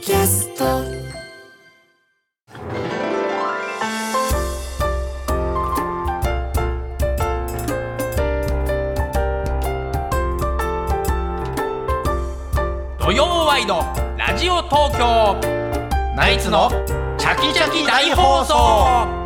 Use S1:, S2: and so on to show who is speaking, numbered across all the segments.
S1: キャスト
S2: 土曜ワイドラジオ東京ナイツのチャキチャキ大放送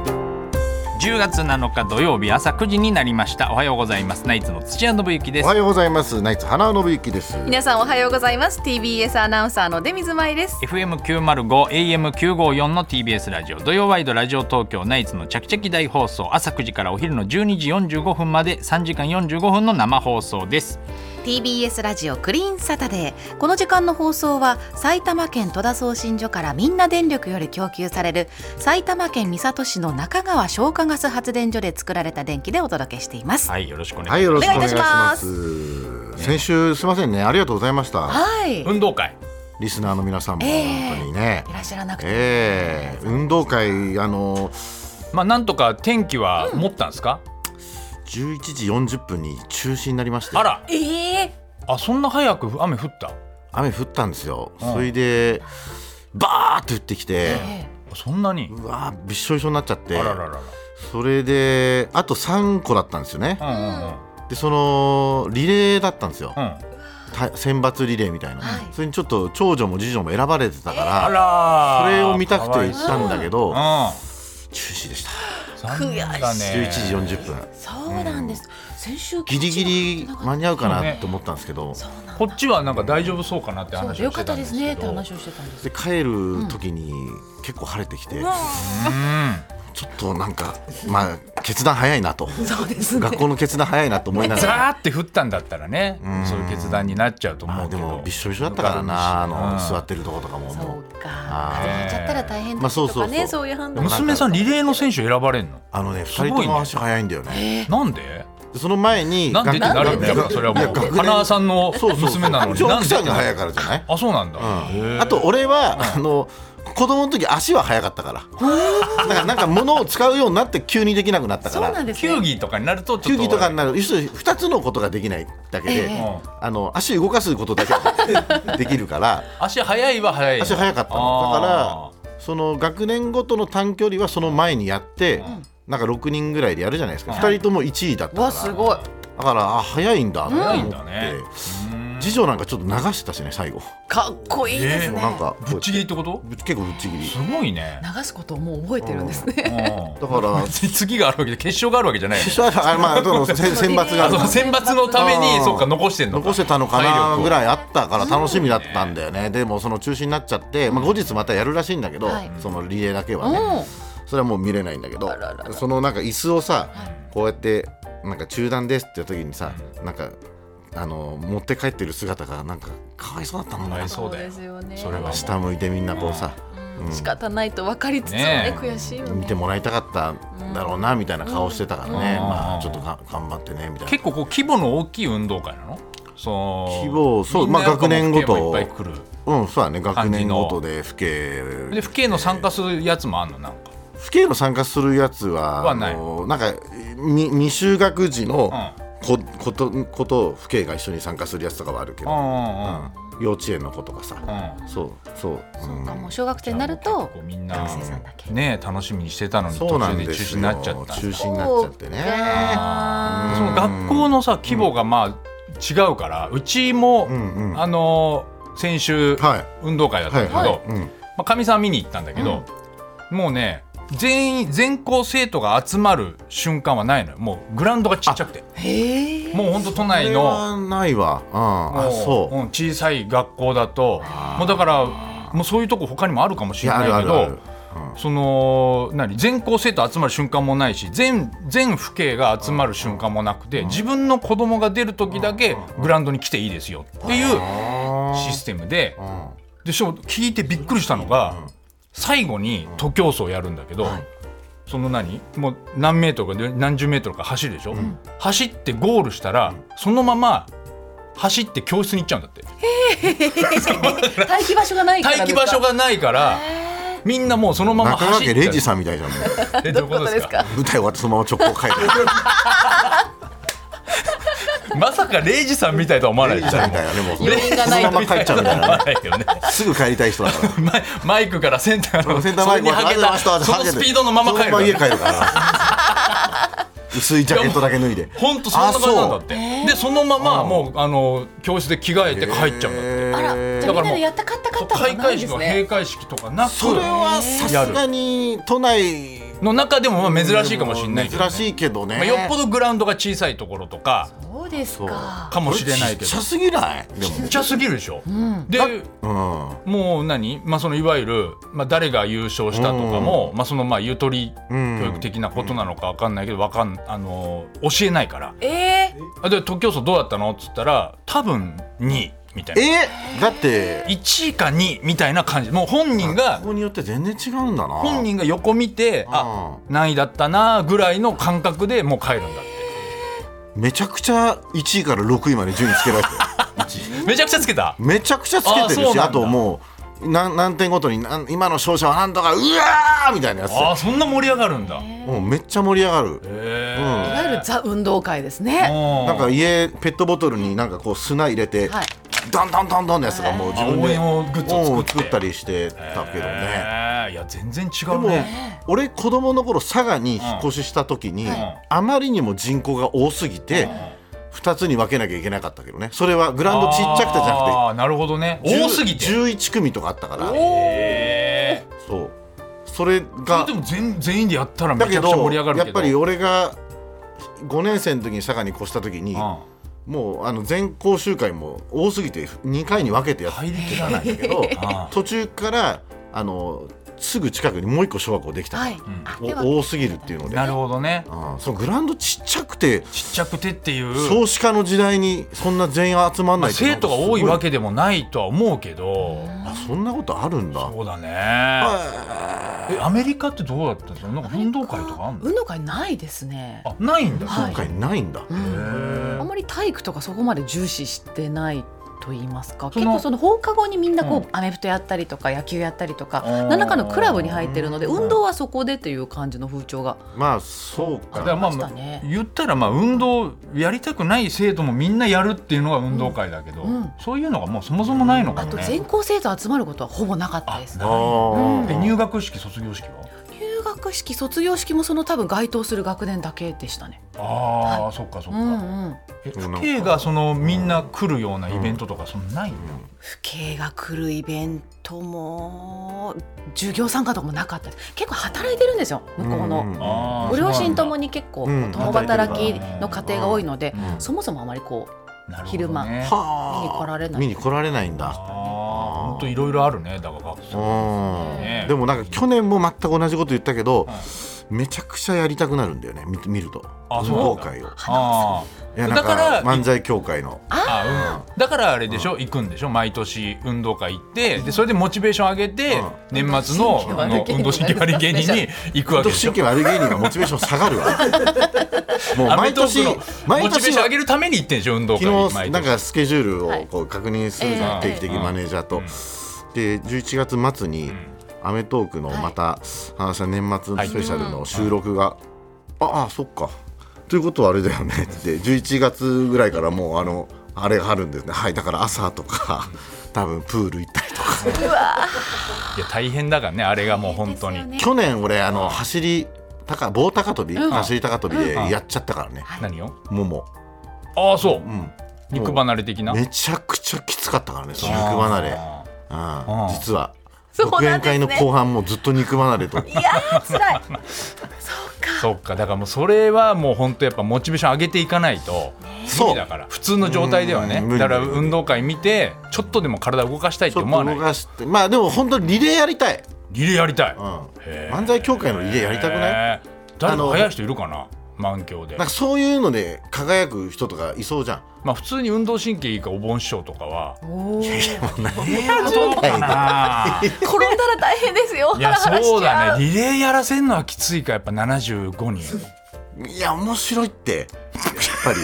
S2: 10月7日土曜日朝9時になりましたおはようございますナイツの土屋信之で
S3: お
S2: す
S3: はようございます。ナイツ花尾信之です。
S4: 皆さんおはようございます TBS アナウンサーの出水舞です
S2: FM905 AM954 の TBS ラジオ土曜ワイドラジオ東京ナイツのチャキチャキ大放送朝9時からお昼の12時45分まで3時間45分の生放送です
S4: TBS ラジオクリーンサタデーこの時間の放送は埼玉県戸田送信所からみんな電力より供給される埼玉県三郷市の中川消化ガス発電所で作られた電気でお届けしています
S2: はいよろしくお願いします、
S3: はい、よろしくお願いしま
S4: お
S3: す。先週すみませんね、ありがとうございました。
S4: はい、い
S2: 運動会
S3: リスナーの皆さんも
S4: ええ
S3: 本当にね。
S4: らっしゃらなくて、
S3: ええ運動会あの
S2: まあなんとか天気は持ったんですか、
S3: 11時40分に中止になりまして
S2: あ、ら
S4: ええ
S2: あそんな早く雨降った
S3: 雨降ったんですよ。
S2: うん
S3: それでバーって降ってきて、
S4: え
S2: そんなに
S3: うわーびっしょびしょになっちゃって、
S2: あららら
S3: それであと3個だったんですよね。
S2: ら。うんうんうん。
S3: でそのリレーだったんですよ。
S2: うん、
S3: た選抜リレーみたいな、
S4: はい
S3: それにちょっと長女も次女も選ばれてたから。
S2: あら
S3: それを見たくて行
S2: う
S3: っ
S2: ん。
S3: たんだけど、
S2: 残
S3: 中止でした。
S2: 念だね。
S3: 11時40分。
S4: そうなんです、先週
S3: ギリギリ間に合うかなと思ったんですけど、
S4: そうなんだ
S2: こっちはなんか大丈夫そうかなって
S4: そう
S2: 話
S4: でよ
S2: を
S4: か
S2: して
S4: った
S2: たんで
S4: です
S2: け
S4: す
S2: ど。
S4: ねって話をしてたんです
S3: で帰る時に結構晴れてきて、ちょっとなんかまあ決断早いなと、
S4: そうです
S3: 学校の決断早いなと思いな
S2: うん。
S3: が
S2: ザ
S3: ら。
S2: ーって降ったんだったらね、そういう決断になっちゃうと
S3: ま
S2: 思
S3: あ
S2: うけ
S3: で
S2: ど。
S3: もびっしょびしょだったからなあの、
S2: うん
S3: 座ってるとことかも
S4: そ
S3: も
S4: う
S3: う
S4: か
S3: あ
S4: 風
S3: ー
S4: 邪ひいちゃったら大変
S3: ま
S4: だ
S3: あそう
S4: と
S3: そうそう
S4: かねそういう判断も
S2: 娘さんリレーの選手選ばれんの？
S3: あのね二
S2: ごいね
S3: 人とも足早いんだよね。
S2: なんで？
S3: でその前に
S2: なんでってなるんだよ。
S3: 学
S2: それはも
S3: いや学
S2: う
S3: 年
S2: 花さんの娘なの
S3: う
S2: に
S3: ち
S2: なん
S3: 奥
S2: で
S3: さんが早いからじゃない。
S2: あそうなんだ。
S3: うんあと俺は、あの子供の時足は速かったからだからなんか物を使うようになって急にできなくなったか
S4: そうな
S3: ら
S4: んです
S2: 球
S4: ね
S2: 技とかになるとちょ
S3: 球
S2: っと
S3: 技とかになる要するに2つのことができないだけで、
S4: ええ
S3: あの足動かすことだけができるから
S2: 足早いは早いの。
S3: 足速かったのだからその学年ごとの短距離はその前にやって、なんか6人ぐらいでやるじゃないですか、
S2: うん
S3: 2人とも1位だった
S4: わ
S3: か
S4: す
S3: ら
S4: ごい
S3: だからあ早いんだと思って、
S2: 早いんだねうん
S3: 次女なんかちょっと流してたしね最後
S4: かっこいいですね、
S3: なんか
S2: ぶっちぎりってこと？
S3: ぶ結構ぶっちぎり
S2: すごいね。
S4: 流すことをもう覚えてるんですね、
S3: だ
S2: だ
S3: から
S2: 次があるわけで決勝があるわけじゃないよね。
S3: そしたらあまあそのせ選抜が
S2: あ
S3: ある
S2: そう選抜のために
S3: あー
S2: そうか残してんのか。
S3: 残せたのか
S2: 体力
S3: な
S2: を
S3: ぐらいあったから楽しみだったんだよね、でもその中止になっちゃって、まあ、後日またやるらしいんだけど、
S4: はい
S3: そのリレーだけ
S4: う
S3: は
S4: ん
S3: ね、それはもう見れないんだけど
S4: あららら
S3: そのなんか椅子をさ、こうやってなんか中断ですって時にさなんかあの持って帰ってる姿がなんかかわいそうだったもん
S2: かわ
S3: ね
S2: いそうだよ
S4: ですよね
S2: それは
S3: 下向いてみんなこうさ、
S4: うん仕方ないと分かりつつもね
S2: ねえ
S4: 悔しいよ
S3: 見
S4: ね
S3: てもらいたかったんだろうなみたいな顔してたからね、
S2: うん
S3: まあ、ちょっとが頑張ってねみたいな。
S2: 結構こう規模の大きい運動会なの？そう。
S3: 規模そう
S2: みんな
S3: まあ学年ごと
S2: やっぱもう父兄もいっぱい来る。
S3: うん、そうだね
S2: じの
S3: 学年ごとで父兄
S2: で父兄の参加するやつもあんのなんか。
S3: 父兄の参加するやつは
S2: はない
S3: あのなんかみ未就学児の
S2: う
S3: こ,、ことこと父兄が一緒に参加するやつとかはあるけ
S2: んう
S3: ど、
S2: んうん
S3: うん幼稚園の子とかさ、
S2: うん。
S3: そうそううん
S4: なんかもう小学生になると
S2: こうみんな
S4: 学生さんだけ
S2: ね楽しみにしてたのに
S3: そう
S2: 途
S3: な
S2: 中
S3: ん
S2: で中
S3: です
S2: 止
S3: よ
S2: になっちゃった。
S3: 中止になっちゃってね
S4: あ
S2: その学校のさ規模がまあ違うからうちも
S3: うんうん
S2: あのー先週
S3: はい
S2: 運動会だったんだけ
S4: はい
S2: ど
S4: は。
S3: うん
S2: まあ、かみさん見に行ったんだけど、もうね全員全校生徒が集まる瞬間はないのよもうグラウンドがちっちゃくて
S4: へえ
S2: もうほんと都
S3: そ
S2: 内
S3: れ
S2: の
S3: はないわ、うん、
S2: も
S3: あそう、
S2: ん小さい学校だともうだからもうそういうとこ他にもあるかもし
S3: い
S2: れ
S3: や
S2: な
S3: あ
S2: いけ
S3: る
S2: ど
S3: あるある
S2: その何全校生徒集まる瞬間もないし全全父兄が集まる瞬間もなくて、自分の子供が出る時だけグラウンドに来ていいですよっていうシステムで。
S3: うん
S2: でしかも聞いてびっくりしたのが、最後に徒競走やるんだけど、その何もう何メートルかで何十メートルか走るでしょ、走ってゴールしたらそのまま走って教室に行っちゃうんだって
S4: 待機場所がないから
S2: 待機場所がないからみんなもうそのまま
S3: 中川
S2: 走って
S3: 家レイジさんみたい じゃんもう
S2: え
S4: どういうことですか
S3: 舞台終わってそのまま直行帰る
S2: まさかレイジさんみたいとは思わない
S3: レ
S2: で
S3: イジ
S2: す
S3: さん
S2: よ
S3: みたいなねもうそ
S2: レ
S3: れ
S4: 余
S2: イジ
S4: 裕が
S2: さん
S3: そ
S4: ない
S3: のまま帰っちゃうみたい
S2: とは思
S3: な
S2: わないけどね
S3: すぐ帰りたい人だから
S2: マイマイクからセンターの
S3: センターマイク
S2: それにはけた
S3: あ
S2: そのスピードのまま帰る
S3: その家帰るから薄いジャケットだけ脱いで
S2: 本当そんな感じなんだって、
S4: あそう
S2: でそのまま
S3: うん
S2: もうあの教室で着替えて帰っちゃうんだって、
S3: へー
S4: あら、じゃあみんなでやったかったか
S2: そう
S4: った
S2: 開
S4: んない
S2: 会
S4: で
S2: 式
S4: す
S2: の
S4: ね
S2: 閉。会式とかなく
S3: それはさすがに都内
S2: の中でもまあ珍しいかもしれないけど、ね
S3: 珍しいけどね、
S2: まあ、よっぽどグラウンドが小さいところとか
S4: そうですか。
S2: かもしれないけど
S3: ちっちゃすぎないでも
S2: ちっちゃすぎるでしょ、
S4: ん
S2: で
S3: うん
S2: もう何、まあ、そのいわゆる、まあ、誰が優勝したとかも、まあ、そのまあゆとり教育的なことなのか分かんないけどわかん、あのー教えないから
S4: ええ
S2: 「あで東京都どうだったの?」っつったら多分2位みたいな
S3: えだって
S2: 1位か2位みたいな感じもう本人が
S3: ここによって全然違うんだな
S2: 本人が横見てあ何位だったなぐらいの感覚でもう帰るんだって
S3: めちゃくちゃ1位から6位まで順位つけられてる
S2: めちゃくちゃつけた
S3: めちゃくちゃつけてる
S2: あそうなん
S3: し
S2: だ
S3: あともう何何点ごとになん今の勝者は何とかうわーみたいなやつ
S2: あーそんな盛り上がるんだへ
S3: もうめっちゃ盛り上がる
S2: え
S4: いわゆるザ運動会ですね。
S2: な
S3: なんか家ペットボトルになんかこう砂入れて、
S4: はい
S3: ダンダンダンダンのやつがもう自分
S2: 応
S3: で
S2: 援をグッズを作
S3: う
S2: っ
S3: ん
S2: て
S3: 作ったりしてたけどね。
S2: いや全然違
S3: で
S2: う
S3: も
S2: ね
S3: 俺子供の頃佐賀に引っ越しした時に、
S2: はい
S3: あまりにも人口が多すぎて2つに分けなきゃいけなかったけどねそれはグラウンドちっちゃくてじゃ
S2: あーなるほどね
S3: なくて
S2: 多すぎて
S3: 10 11組とかあったから
S2: へー
S3: そうそれ
S2: それ
S3: が
S2: でも全全員でやったらめ
S3: だ
S2: ち
S3: け
S2: ゃくちゃ盛
S3: ど
S2: り上がるけど
S3: やっぱり俺が5年生の時に佐賀に越した時に、
S2: う
S3: もうあの全校集会も多すぎて2回に分けてやっ
S2: 入
S3: て
S2: りき
S3: た
S2: ら
S3: ん
S2: な
S3: だ
S2: い
S3: けど
S2: ああ
S3: 途中からあのすぐ近くにもう一個小学校できた
S4: は
S3: か
S4: い。あ
S3: ら、
S4: では
S3: お多すぎるっていう
S2: ん
S3: ので
S2: なるほどね
S3: ああそうグラウンドちっちゃくて
S2: ちっちゃくてっていう
S3: 少子化の時代にそんな全員集まん
S2: ま
S3: な
S2: あ
S3: いって
S2: 生徒が多いわ
S3: け
S2: けでもないとは思うけど
S3: あそんなことあるんだ
S2: そうだねえアメリカってどうだったんですかなんか運動会とかあんの
S4: 運動会ないですね。
S2: あないんだ
S4: はい
S3: 今回ないんだ、
S4: うん
S2: へ
S4: あ
S2: ー
S4: まり体育とかそこまで重視してないと言いますか
S2: そ
S4: 結
S2: の
S4: 構その放課後にみんなこう、
S2: うん
S4: アメフトやったりとか野球やったりとか
S2: あー
S4: 何らかのクラブに入ってるので
S2: うん
S4: 運動はそこでという感じの風潮が
S3: まあそうか
S2: だからま
S4: ありま
S2: あ
S4: したね
S2: 言ったらまあ運動やりたくない生徒もみんなやるっていうのが運動会だけど、
S4: うんうん
S2: そういうのがもうそもそもないのか
S4: あ
S2: も
S4: と
S2: ね。
S4: 全校生徒集まることはほぼなかったです
S2: あ
S3: あ
S2: な
S3: ー
S2: え入学式卒業式は
S4: 入学式卒業式もその多分該当する学年だけでしたね
S2: ああ、そっかそっ
S4: う
S2: か、
S4: んうん
S2: え父兄がそのみんな来るようなイベントとかそんなないんだ、
S4: 父兄が来るイベントも授業参加とかもなかったです結構働いてるんですよ向こうの、
S3: うん
S2: あー
S4: ご両親ともに結構
S3: うん
S4: 共働きの家庭が多いので、
S2: うん
S4: そもそもあまりこう
S2: なるほどね
S4: 昼間
S2: は
S3: はあ
S4: 見に来られない
S3: 見に来られないん
S2: あ
S3: だ
S2: 本当いろいろあるねだから学
S3: う
S2: 生
S3: ん
S2: ね
S3: でもなんか去年も全く同じこと言ったけど、
S2: はい
S3: めちゃくちゃやりたくなるんだよね見見ると
S2: あ
S3: 運
S2: そうなん
S3: 動
S2: だ
S3: 会を
S2: あ
S3: いやなん
S2: だから
S3: か漫才協会の
S2: ーあうんだからあれでしょ、行くんでしょ毎年運動会行ってでそれでモチベーション上げて、年末の
S4: 運動神経
S2: あの
S4: 悪い芸人
S2: 運動神経悪い芸人 に行くわけでしょ
S3: 神経悪い芸人がモチベーション下が るわもう
S2: アメ
S3: 毎
S2: トーク
S3: 年
S2: の
S3: 毎
S2: モチベー
S3: 年
S2: ション上げるために行ってんでしょ運動会に
S3: 昨
S2: 毎
S3: 日
S2: 年
S3: なんかスケジュール
S4: は
S3: を
S4: い
S3: こう確認するじゃん、
S4: ええ
S3: 定期的にマネージャーと、で11月末に
S2: ん
S3: 『アメトーーク』のまた「話した年末スペシャル」の収録が、ああそっかということはあれだよねって11月ぐらいからもうあのあれがあるんですねはいだから朝とか多分プール行ったりとか
S2: いや大変だからねあれがもう本当に、
S4: ですよね
S3: 去年俺あの走り高棒高跳び、
S4: うん
S3: 走り高跳びで
S2: うん
S3: やっちゃったからね、
S2: 何を
S3: もも
S2: ああそう、
S3: うん
S2: 肉離れ的な
S3: めちゃくちゃきつかったからねその肉離れ。
S2: あ
S3: うん
S2: うん
S3: 実は
S4: そう
S3: 独
S4: なん
S3: 演
S4: ですね
S3: 会の後半もずっと肉 離れと
S4: いやー辛い
S2: ーそっかだからもうそれはもう本当やっぱモチベーション上げていかないと無
S3: そ
S2: 理
S3: う
S2: だから普通の状態では
S3: うん無
S2: ね
S3: 理
S2: だから運動会見てちょっとでも体動かしたいっ
S3: ち
S2: て
S3: ょっ
S2: 思
S3: と
S2: わない
S3: 動かしてまあでも本当にリレーやりたい、
S2: リレーやりたい、
S3: うん、
S2: へー
S3: 漫才協会のリレーやりたくない
S2: へー誰
S3: あ
S2: も
S3: の
S2: 早い人いるかな満響で
S3: なんかそういうので輝く人とかいそうじゃん
S2: まあ普通に運動神経いいかお盆師匠とかは
S4: おー
S2: そうかな
S4: 転んだら大変ですよ
S2: いや
S4: ハラハラし
S2: そう
S4: ちゃ
S2: だねリレーやらせんのはきついかやっぱ75人
S3: いや面白いってやっぱり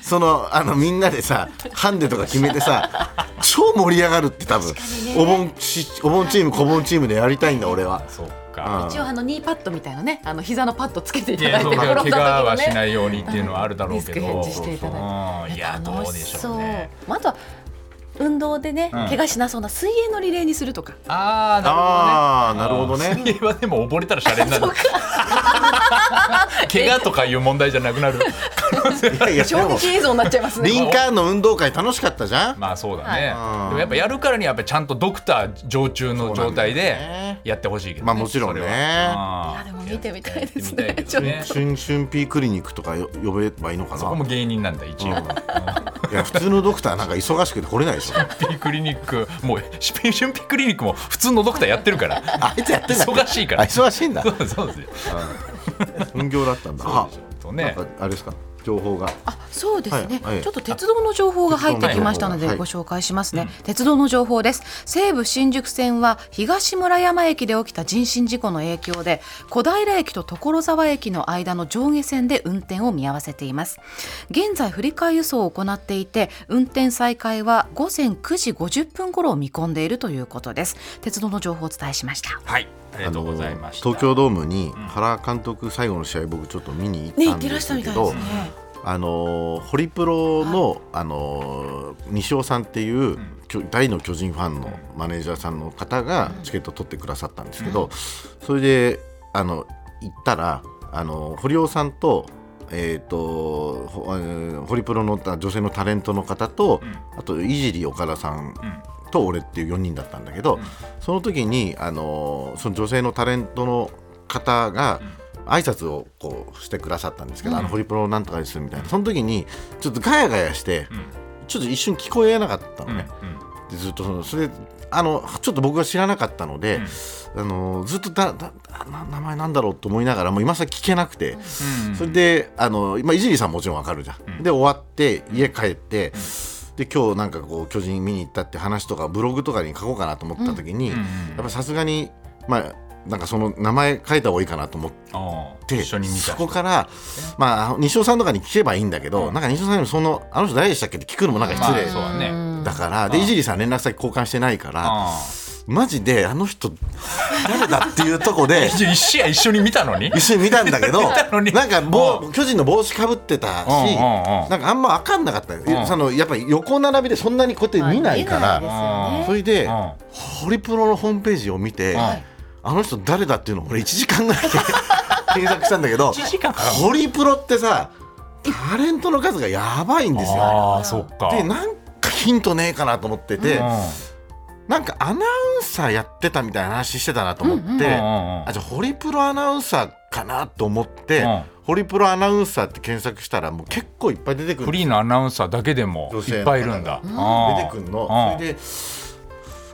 S3: そのあのみんなでさハンデとか決めてさ超盛り上がるって多分、お盆しお盆チーム小盆チームでやりたいんだ俺は
S2: そうかから。
S4: 一応あのニーパッドみたいなねあの膝のパッドつけてい
S2: い
S4: ただ
S2: や
S4: い
S2: そ
S4: て
S2: うだから
S4: 転
S2: 怪
S4: ん
S2: 我
S4: だ時の
S2: はし
S4: ね
S2: ないようにっていうのはあるだろうけ
S4: リスクヘ
S2: ど。
S4: ッジしていただい
S2: うんいやどうでしょうね。
S4: まあ、あとは運動でね、
S2: うん
S4: 怪我しなそうな水泳のリレーにするとか
S2: あ
S3: ああ
S2: あ
S3: なるほどね。
S2: 水泳はでも溺れたらシャレになる。怪我とかいう問題じゃなくな る。
S3: いやいやで
S4: 衝
S3: も
S4: 撃映像になっちゃいますね
S3: リンカーンの運動会楽しかったじゃん。
S2: まあそうだね。で
S3: はい
S2: もやっぱやるからにはやっぱちゃんとドクター常駐の状態
S3: そうなんだよ
S2: で
S3: ね
S2: やってほしいけど、ね。
S3: まあもちろんね
S2: それはい
S4: やでも見てみたいですね
S2: やってみたいけどね
S3: 春春ピークリニックとかよ呼べばいいのか
S2: そこも
S3: な。
S2: 芸人なんだ一応。
S3: うん
S2: うん
S3: いや普通のドクターなんか忙しくて来れないでし ょ。
S2: ピークリニックもうシュピシュンピークリニックも普通のドクターやってるから。
S3: あいつやってんだ。
S2: 忙しいか
S3: あ
S2: ら。
S3: 忙しいん だ
S2: そ。うそうですよ。
S3: 本業だったんだ。あ
S2: と
S3: なん
S2: ね。
S3: かあれですか情報が。
S4: あそうですね、
S3: はいはい
S4: ちょっと鉄道の情報が入ってきましたの
S3: 鉄道の情報は
S4: で
S3: い
S4: ご紹介しますね、鉄道の情報です西武新宿線は東村山駅で起きた人身事故の影響で小平駅と所沢駅の間の上下線で運転を見合わせています現在振り替え輸送を行っていて運転再開は午前9時50分頃を見込んでいるということです鉄道の情報をお伝えしました
S2: はい。ありがとうございました。
S3: 東京ドームに原監督最後の試合僕ちょっと見に行っ
S4: ね行
S3: たん
S4: ってら
S3: で
S4: っしゃ
S3: す
S4: るみ
S3: け
S4: たい
S3: ど、
S4: ですね、
S3: あのーホリプロの、あのー西尾さんっていう、きょ大の巨人ファンのマネージャーさんの方がチケット取ってくださったんですけど、それであの行ったらあの堀尾さんと。えー、とほえーホリプロの女性のタレントの方と、あと井尻岡田さん
S2: うん
S3: と俺っていう4人だったんだけど、その時に、あのーその女性のタレントの方が挨拶をこうしてくださったんですけど、あのホリプロなんとかですみたいなその時にちょっとガヤガヤして、ちょっと一瞬聞こえなかったのね、でずっとそのそれあのちょっと僕が知らなかったので、あのーずっとだだだな名前なんだろうと思いながらもう今更聞けなくて。
S2: うん
S3: それであの、まあ、いじりさんもちろんわかるじゃん、で終わって家帰って、で今日なんかこう巨人見に行ったって話とかブログとかに書こうかなと思った時に、
S2: うん
S3: やっぱさすがにまあなんかその名前書いた方がいいかなと思っ
S2: あー
S3: て
S2: 一緒に見た
S3: そ
S2: 人
S3: こから、まあ、西尾さんとかに聞けばいいんだけど、
S2: うん
S3: なんか西尾さんにもその「あの人誰でしたっけ?」って聞くのもなんか失
S2: まあ
S3: 礼
S2: そうだね
S3: だから、でいじりさん連絡先交換してないから、
S2: あ
S3: マジであの人誰だっていうとこ で
S2: ー一緒一試合一緒に見たのに
S3: 一緒に見たんだけ ど
S2: たのに
S3: なんか
S2: う
S3: 帽巨人の帽子かぶってたし、
S2: うんうんうん
S3: なんかあんま分かんなかったよ、
S2: ん
S3: そのやっぱり横並びでそんなにこうやって見ないか
S4: ま
S3: ら、
S4: あ見えないで
S3: そ
S4: すよね
S3: れで、
S2: うん
S3: ホリプロのホームページを見て、
S2: ん
S3: あの人誰だっていうのを俺1時間 ぐらいで検索したんだけど
S2: 一時間かかる
S3: ホリプロってさタレントの数がやばいんですよ。
S2: ああそっか
S3: でなんかヒントねえかなと思ってて、なんかアナウンサーやってたみたいな話してたなと思って。
S2: うんうんうん
S3: あじゃあホリプロアナウンサーかなと思って、
S2: うん
S3: ホリプロアナウンサーって検索したらもう結構いっぱい出てく
S2: フ
S3: る出
S2: リーのアナウンサーだけでも
S3: 女
S2: い
S3: 性
S2: っ
S3: の方
S2: ぱ
S3: が
S2: いいるんだ出
S3: てくるのそれで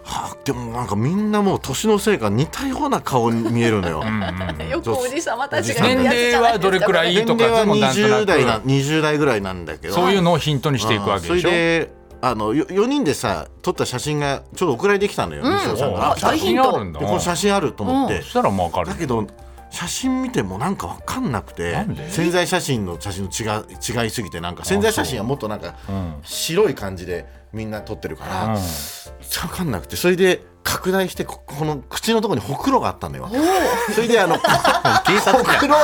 S3: はあでもなんかみんなもう年のせいか似たような顔に見えるのよ。
S4: よくおじさまたちが
S3: 年
S2: 齢はどれくらい
S3: 年
S2: と
S3: 齢
S2: かで
S3: は
S2: もなんとなく
S3: 20代な20代ぐらいなんだけど
S2: そういうのをヒントにしていくわけでし
S3: そ
S2: ょ
S3: れであのよ4人でさ撮った写真がちょっとお蔵入りできたのよ、西尾さんが
S2: あ
S3: あ
S2: 大ヒントあるん
S3: で
S2: だ
S3: この写真あると思って、
S2: そしたらもう分か
S3: だ
S2: る
S3: けど写真見てもなんか分かんなくて
S2: なんで
S3: 潜在写真の写真の違い違いすぎてなんか潜在写真はもっとなんか
S2: ん
S3: 白い感じでみんな撮ってるから、
S2: うん
S3: 分かんなくてそれで拡大してここの口のところにほくろがあったのよそれであの
S2: 警
S3: ほ
S2: 察
S3: く
S2: 官
S3: ろ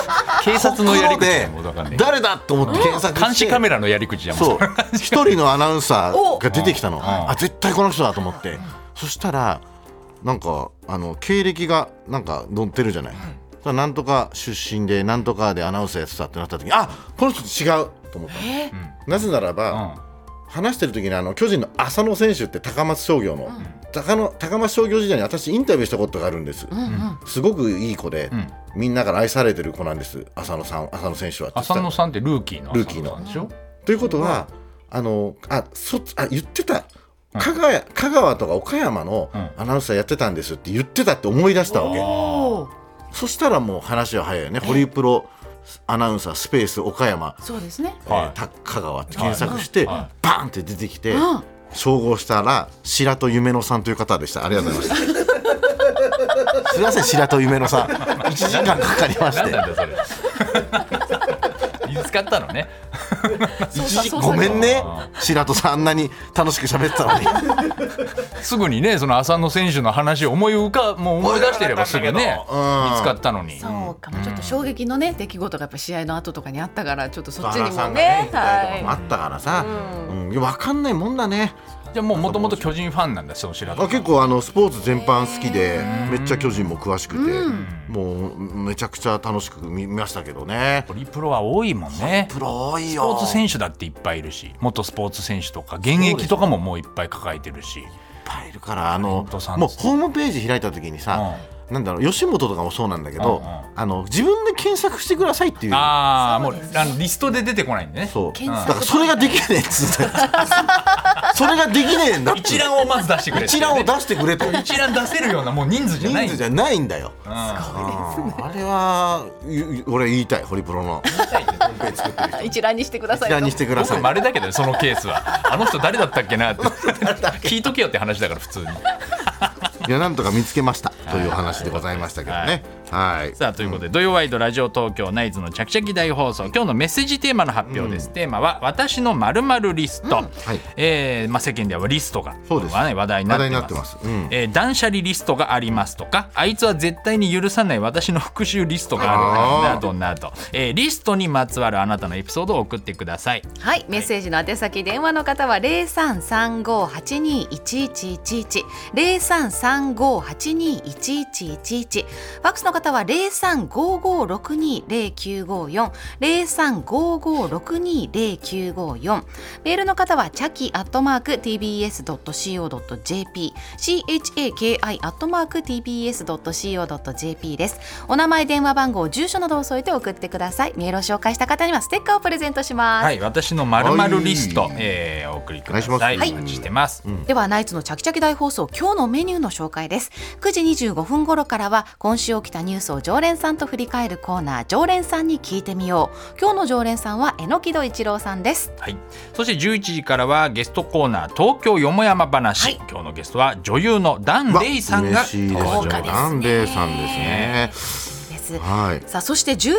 S2: 警察のやり口だもん
S3: ほ
S2: だ
S3: く
S2: から
S3: ろで
S2: ね
S3: 誰だと思って検索して、
S2: 監視カメラのやり口じゃん
S3: そう一人のアナウンサーが出てきた
S2: お
S3: の
S2: うん
S3: あ絶対この人だと思ってそしたらなんかあの経歴がなんか載ってるじゃない、そしたらなんとか出身でなんとかでアナウンサーやってたってなった時にあこの人違うと思ったの
S4: えー
S3: なぜならば、
S2: うん
S3: 話してる時にあの巨人の浅野選手って高松商業の,、高の高松商業時代に私インタビューしたことがあるんです、
S4: うんうん
S3: すごくいい子で、
S2: ん
S3: みんなから愛されてる子なんです浅野さん浅野選手はって言ってた
S2: 浅野さんってルーキーの
S3: ルーキーの
S2: 浅野さんでしょ
S3: ということは、あのあそあ言ってた香川,、香川とか岡山の
S2: うん
S3: アナウンサーやってたんですって言ってたって思い出したわけ、
S4: おー
S3: そしたらもう話は早いよねホリプロアナウンサースペース岡山、
S4: そうですね
S3: え
S2: はい
S3: ーた香川って検索して、
S2: は
S3: バーンって出てきて、
S4: うん
S3: 照合したら白戸夢乃さんという方でしたありがとうござい ましたすいません白戸夢乃さん1時間かかりまし
S2: 何
S3: て
S2: なんだよそれ 見つかったのね
S4: そうかそうか
S3: ごめんね白戸さんあんなに楽しく喋ってたのに
S2: すぐにねその浅野選手の話を思い浮かもう思い出してればすぐね見
S3: うん
S2: つかったのに
S4: そうかも、ちょっと衝撃のね出来事がやっぱ試合の後とかにあったからちょっとそっち
S3: 原
S4: に
S3: さ
S4: も
S3: んが
S4: ね
S3: ね
S4: はい
S3: あったからさ、
S4: う
S3: うん分かんないもんだね
S2: じゃあもうもともと巨人ファンなんだその白
S3: あ
S2: 戸さん
S3: 結構あのスポーツ全般好きでめっちゃ巨人も詳しくて、もうめちゃくちゃ楽しく見見ましたけどね
S2: ホリプロは多いもんね
S3: プロ多い
S2: スポ
S3: よ
S2: ーツ選手だっていっぱいいるし元スポーツ選手とか現役とかももういっぱい抱えてるし
S3: いっぱいいるからあの
S2: タレントさん
S3: もうホームページ開いた時にさ、なんだろう吉本とかもそうなんだけど、
S2: うんうん
S3: あの自分で検索してくださいっていう
S2: ああもう
S4: そうです
S2: あのリストで出てこないんでね
S3: そう
S4: 検
S3: だ
S4: 索
S3: からそれができねえっ つってそれができねえんだって
S2: 一覧をまず出してくれって
S3: 一
S2: ね
S3: 覧を出してくれと
S2: 一覧出せるようなもう人数じゃない
S3: 人
S2: ん
S3: 数
S2: だ
S3: じゃないんだよ
S2: うん
S3: うんあれはゆ俺言いたいホリプロ の
S4: 一覧にしてくださ
S3: 一
S4: いと
S3: 覧にしてくださ
S2: 僕
S3: い
S2: まれだけどねそのケースはあの人誰だったっけな って聞いとけよって話だから普通に
S3: いやなんとか見つけましたというお話でございましたけどねはい
S2: さあということで、土曜ワイドラジオ東京ナイツのちゃきちゃき大放送今日のメッセージテーマの発表です、テーマは私のまるまるリスト、
S3: い
S2: えーまあ世間ではリストが
S3: そうです
S2: ね話題にな
S3: 話
S2: っ
S3: 題
S2: て
S3: になっ
S2: ます
S3: てますうん
S2: えー断捨離リストがありますとかあいつは絶対に許さない私の復讐リストがあるなどなど、えーリストにまつわるあなたのエピソードを送ってください
S4: はい、メッセージの宛先、電話の方は零三三五八二一一一一。零三三五八二一一一一。ファックスの方は零三五五六二零九五四。零三五五六二零九五四。メールの方はチャキアットマーク T. B. S. ドット C. O. ドット J. P.。C. H. A. K. I. アットマーク T. B. S. ドット C. O. ドット J. P. です。お名前、電話番号、住所などを添えて送ってください。メールを紹介した方にはステッカーをプレゼントします。
S2: はい私のまるまるリスト、
S3: はい
S2: えーお送りください
S3: お願いします
S2: お待ちしてます、
S4: ではナイツのチャキチャキ大放送今日のメニューの紹介です9時25分頃からは今週起きたニュースを常連さんと振り返るコーナー常連さんに聞いてみよう今日の常連さんは榎木戸一郎さんです
S2: はい、そして11時からはゲストコーナー東京よもやま話、
S4: はい
S2: 今日のゲストは女優のダン
S3: わ
S2: レイさんが
S3: 嬉しいです
S4: 豪
S2: 登
S4: 華ですね
S2: 場
S3: ランデーさんですね
S4: です
S3: はい
S4: さあそして11時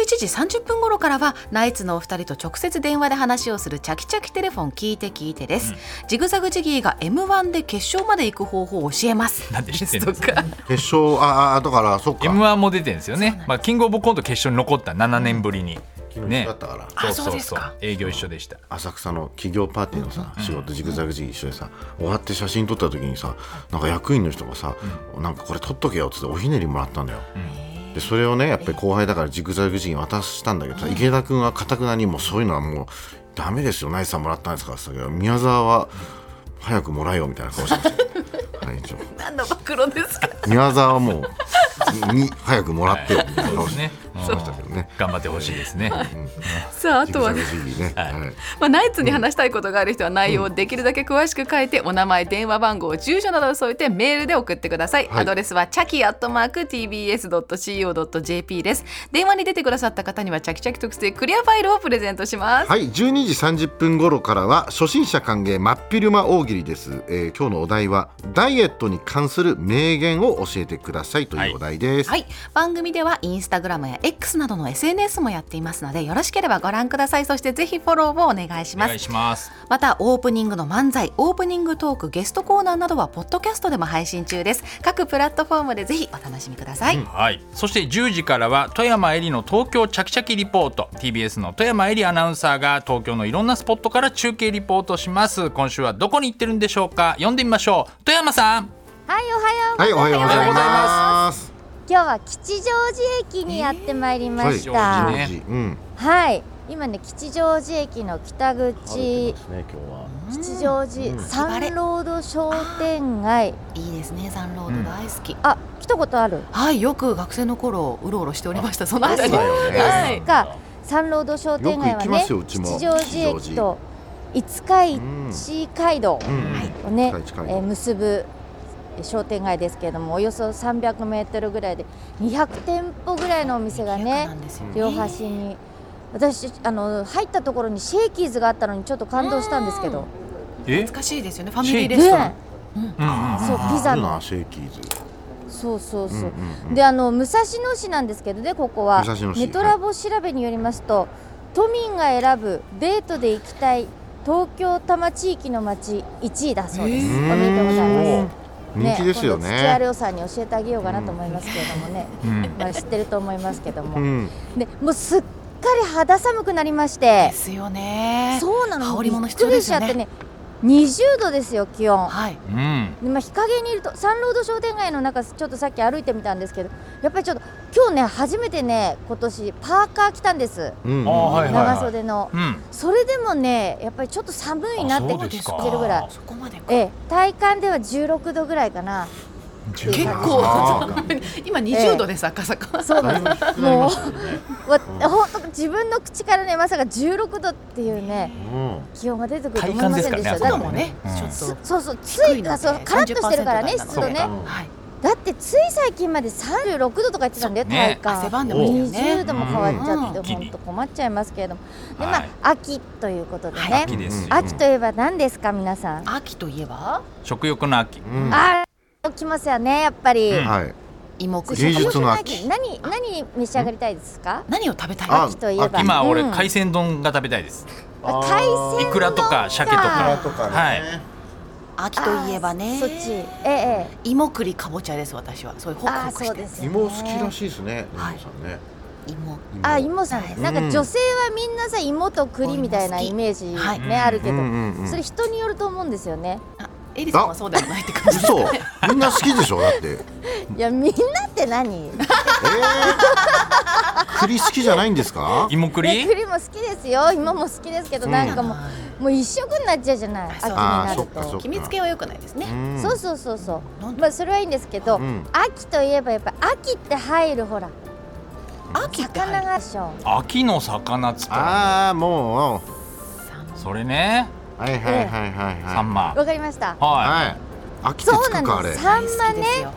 S4: 30分頃からはナイツのお二人と直接電話で話をするチャキチャキテレフォン聞いて聞いてです、ジグザグジギーが M1 で決勝まで行く方法を教えます
S2: なんで知ってん
S4: で
S2: ですす
S4: と か
S3: 決勝ああだからそっか
S2: m 1も出てるんですよね、まあ、キングオブコント決勝に残った7年ぶりに、
S3: 昨日
S2: ね
S3: だったから
S4: あそうですか
S2: 営業一緒でした
S3: 浅草の企業パーティーのさ仕事ジグザグジギー一緒でさ終わって写真撮った時にさなんか役員の人がさなんかこれ撮っとけよっつっておひねりもらったんだよでそれをねやっぱり後輩だからジグザグジギーに渡したんだけどさ池田君はかたくなにもうそういうのはもうダメですよナイスさんもらったんですからって言ってたけど宮沢は早くもらえよみたいな顔してましたよはい一応
S4: 何の暴露で すか
S3: 宮沢はもうに早くもらってよみたい
S2: そ
S3: な
S2: う
S3: 顔
S2: で
S3: し
S2: すね、
S3: てましたけどね
S2: 頑張ってほしいですね
S4: さああ
S3: ジ
S4: と
S3: グザ
S4: は
S3: グジギーねはい
S4: まあ、ナイツに話したいことがある人は内容をできるだけ詳しく書いて、お名前電話番号住所などを添えてメールで送ってください、
S3: はい
S4: アドレスはチャキアットマーク TBS.CO.jp です電話に出てくださった方にはチャキチャキ特製クリアファイルをプレゼントします、
S3: はい、12時30分頃からは初心者歓迎真っ昼間大喜利です、えー今日のお題はダイエットに関する名言を教えてくださいというお題です、
S4: はい、番組ではインスタグラムや X などの SNS もやっていますのでよろしければご覧くださいそしてぜひフォローをお願いし
S2: お
S4: ます
S2: 願いします
S4: またオープニングの漫才オープニングトークゲストコーナーなどはポッドキャストでも配信中です各プラットフォームでぜひお楽しみください、
S2: はい、そして10時からは富山えりの東京ちゃきちゃきリポート TBS の富山えりアナウンサーが東京のいろんなスポットから中継リポートします今週はどこに行ってるんでしょうか読んでみましょう富山さん
S1: はい、おは
S3: はい、
S1: よう
S3: おはようござ
S2: お
S3: い
S2: はようござい
S3: ます
S1: 今日は吉祥寺駅にやってまいりまし
S2: は
S1: た。
S2: い
S3: ジョージうん
S1: はい、今ね、吉祥寺駅の北
S3: 晴れ
S1: 口
S3: て、ますね今日は
S1: 吉祥
S3: うん
S1: 寺サンロード商店街。
S4: いいですね、サンロード大好き。
S1: あ、来たことある。
S4: はい、よく学生の頃うろうろしておりました。そのあたり。
S3: そうだよね
S4: はい。
S1: か、サンロード商店街
S3: よく行
S1: は
S3: きま
S1: ね、
S3: すようち
S1: 吉
S3: も
S1: 祥寺駅と五日市街道
S3: うんうん
S1: をね
S3: 五日市街、道
S1: えー結ぶ。商店街ですけれどもおよそ300メートルぐらいで200店舗ぐらいのお店がね
S4: なんですよ
S1: 両端に私あの入ったところにシェイキーズがあったのにちょっと感動したんですけど、
S2: え
S4: 懐かしいですよね。ファミリーレ
S1: ね
S4: ストラン。
S1: そうピザ
S3: いい
S1: の
S3: なシェイキーズ
S1: そうそうそう、
S3: うんうんうん
S1: であの武蔵野市なんですけどねここは
S3: 武蔵野市
S1: ネトラボ調べによりますと、都民が選ぶデートで行きたい東京多摩地域の街1位だそうです、
S4: え
S1: おめでとうございます
S3: 人気ですよ
S1: 今度土屋
S3: ね。
S1: 亮さんに教えてあげようかなと思いますけれどもね、
S2: うん
S1: まあ、知ってると思いますけども、
S3: うん、
S1: でもうすっかり肌寒くなりまして
S4: で、すよね。
S1: そうなの、
S4: 羽織物
S1: びっくりしちゃってね、20度ですよ、気温。
S4: はい。
S2: うん
S1: でまあ、日陰にいると、サンロード商店街の中、ちょっとさっき歩いてみたんですけど、やっぱりちょっと、今日ね、初めてね、今年パーカー着たんです、
S3: うん、
S2: あーはいはい
S1: 長袖の。
S2: うん
S1: それでもね、やっぱりちょっと寒いなって
S2: あそう
S1: 感
S2: で
S1: じ
S2: すか
S1: てるぐらい、
S4: そこまでか。
S1: ええ、体感では16度ぐらいかな、
S4: 結構
S3: あ
S4: 今20度です赤坂。
S1: そうなんです、もう、わ
S3: うん
S1: 本当、自分の口からね、まさか16度っていうね、
S3: うん
S1: 気温が出てくると
S2: 体
S1: 思い
S2: 感
S1: ま
S2: で
S1: せ
S2: す
S1: ん
S2: か
S1: で
S2: ら
S1: し
S2: ねあ
S1: た
S4: で
S1: だっ
S2: そ
S1: も
S2: こ
S4: もね
S2: うん
S4: ちょっと
S1: そうそう、つ
S4: 低
S1: い
S4: い
S1: あ
S4: の
S1: そう
S4: で
S1: カラッとしてるからね、
S4: 30%
S1: 湿度ね
S4: だ。
S3: うん
S4: はい。
S1: だってつい最近まで36度とか言ってたんだよ、
S2: ね
S1: 体感。
S4: 汗ばんでま
S1: 20
S4: したよね。
S1: 度も変わっちゃって、
S2: うん
S1: 本当困っちゃいますけれども、でま
S2: は
S1: あ
S2: い
S1: 秋ということでね、
S4: はい
S2: 秋ですよ
S1: 秋といえば何ですか皆さん。
S4: 秋といえば
S2: 食欲の秋
S3: うん
S1: あー、来ますよねやっぱり。
S2: うん
S3: はい。
S4: 芋く
S3: 芸術の秋
S1: 何何召し上がりたいですか？
S4: 何を食べたい
S3: あ
S4: か。
S1: 秋といえば
S3: 秋
S2: 今俺
S1: うん
S2: 海鮮丼が食べたいです
S1: あ海鮮
S2: いくらとか鮭と
S1: あ
S2: か
S1: ー
S3: とかね。
S2: はい
S4: 秋といえばね。
S1: そっち。ええええ。
S4: 芋栗かぼちゃです私は。そういうホク
S1: あ
S4: ホ
S1: ー
S4: ク
S1: そ
S4: し
S1: うで
S4: て。
S1: すよね。
S3: 芋好きらしいですね。
S4: は
S3: はいい。さんね。
S4: 芋。
S1: あ、芋さんね。なんか女性はみんなさ芋と栗みたいなイメージ
S4: 芋好き
S1: ねあるけ
S3: うん、
S1: ど
S3: うんうん
S1: それ人によると思うんですよね。
S4: あエリさんはそうでもないって感じです
S3: 嘘
S4: ね。。
S3: みんな好きでしょだって。えー
S1: いやみんなって何？
S3: 栗好きじゃないんですか？
S2: 芋
S1: ね
S2: 栗
S1: 栗も好きですよ芋も好きですけど、
S3: うん
S1: なんかもうもう一色になっちゃうじゃない秋に
S4: あ
S1: な
S3: そ
S1: る
S3: っかそっか。
S1: と
S4: 決めつけは良くないですね。
S3: うん
S1: そうそうそうそ
S4: な
S1: うん
S4: で
S1: まあそれはいいんですけど、
S3: うん
S1: 秋といえばやっぱ秋って入るほら
S4: 秋って入
S1: 魚
S4: る
S1: がでしょ
S2: 秋の魚っつったら
S3: ああも
S2: それね
S3: うはいはいはいはいはい。
S2: サンマ
S1: わかりました
S2: は
S3: はい。飽きて
S1: そう
S3: つ
S1: な
S3: くかあ
S1: んで
S3: れ
S1: す。サン
S4: 好
S1: マ
S4: き
S1: ね
S4: ですよ。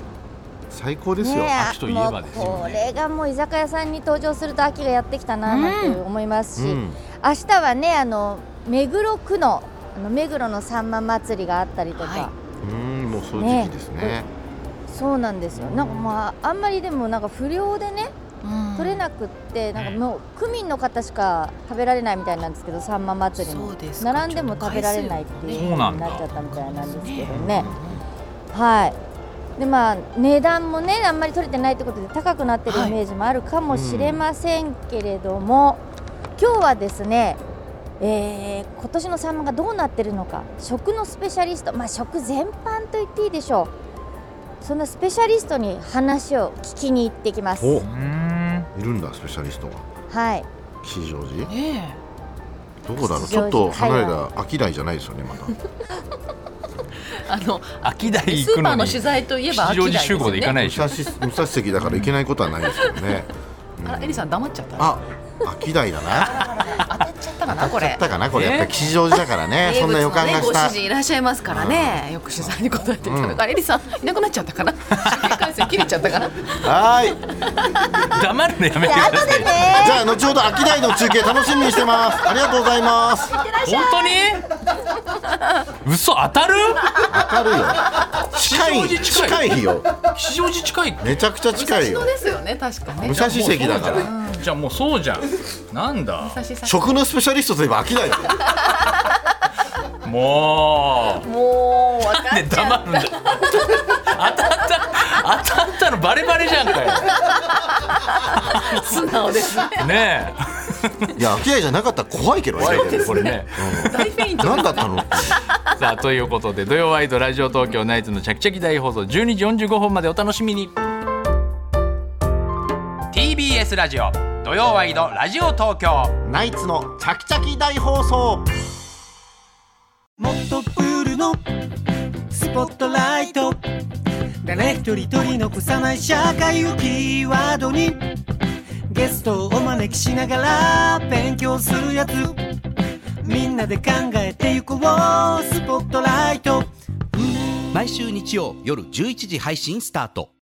S3: 最高ですよ
S1: ね。
S2: 秋といえばですよね
S1: もうこれがもう居酒屋さんに登場すると秋がやってきたななんて思いますし、
S3: うん
S1: 明日はねあの目黒区のあの目黒のさんま祭りがあったりとか、
S4: はい
S3: うんもうそういう時期ですね
S1: ね。そうなんですよなんかまああんまりでもなんか不良でね
S4: うん
S1: 取れなくってなんかもう区民の方しか食べられないみたいなんですけどさんま祭り
S4: そ
S1: も
S4: うですか
S1: 並んでも食べられないっていう
S2: そうなん
S1: に
S2: だ
S1: なっちゃったみたいなんですけど
S3: う
S1: ねはいでまあ値段もねあんまり取れてないってことで高くなってる
S4: はい
S1: イメージもあるかもしれませんけれども、今日はですねえー今年のサンマがどうなってるのか食のスペシャリスト、まあ、食全般と言っていいでしょうそのスペシャリストに話を聞きに行ってきます。
S2: いうん
S3: んいるんだスペシャリストが。
S1: はい
S3: 吉祥寺。
S4: ね
S3: どこだろう。
S1: 吉
S3: ちょ
S1: 祥寺
S3: っと離れた飽きないじゃないですよねまだ。
S4: え。あの
S2: 秋台
S4: ス
S2: 行く
S4: ーパ
S2: の
S4: ーの
S2: に
S4: 取
S2: 吉
S4: 材といえば秋
S2: 祥
S4: 台で
S2: 寺
S4: す
S2: 集合
S4: よ
S2: で行か
S4: ね。
S2: ない
S3: 武
S2: でしょ
S3: 蔵武蔵関だから行けないことはないですけどね。うん
S4: あらエリさん黙っちゃった。
S3: あ、秋台だな。
S4: 当たっちゃったかなこ
S3: や
S4: れ
S3: っ。たかな、これ、
S2: ね
S3: やっぱり吉祥寺だから ね、そんな予感がし
S4: 名物のねご
S3: た
S4: 主。人いらっしゃいますからね。よく取材に答えていただからエリさんいなくなっちゃったかな。新幹 線切れちゃったかな。
S3: はーい、
S2: 黙るのやめてください
S3: じゃあ、後ほど秋台の中継楽しみにしてます。ありがとうございます。
S2: 本当に嘘当たる
S3: 当たるよ。近い、
S2: 吉祥寺
S3: 近
S2: 近い
S3: いよ。
S2: 吉祥寺近い
S3: めちゃくちゃ近い
S4: そ
S3: よ
S4: う。ですよね確かね
S3: 武。蔵関だから。
S2: じゃあもうそうじゃんなんだ
S4: 武蔵さん
S3: 食のスペシャリストといえば秋台だ よ。
S2: も
S4: もう分か
S2: うで
S4: っちゃ
S2: 黙るんだ当たった当たったのバレバレじゃんかよ
S4: う素直ですね。
S2: ね
S3: いや、秋台じゃなかったら怖いけど
S2: え
S3: ね。
S2: 怖いよねこれね
S4: 大フェイント。
S3: 何だったのっていう
S2: さあということで土曜ワイドラジオ東京ナイツのチャキチャキ大放送12時45分までお楽しみに TBS ラジオ土曜ワイドラジオ東京
S3: ナイツのチャキチャキ大放送。
S5: もっとプールのスポットライト誰一人取り残さない社会をキーワードにゲストをお招きしながら勉強するやつみんなで考えてゆこうスポットライト
S6: 毎週日曜夜11時配信スタート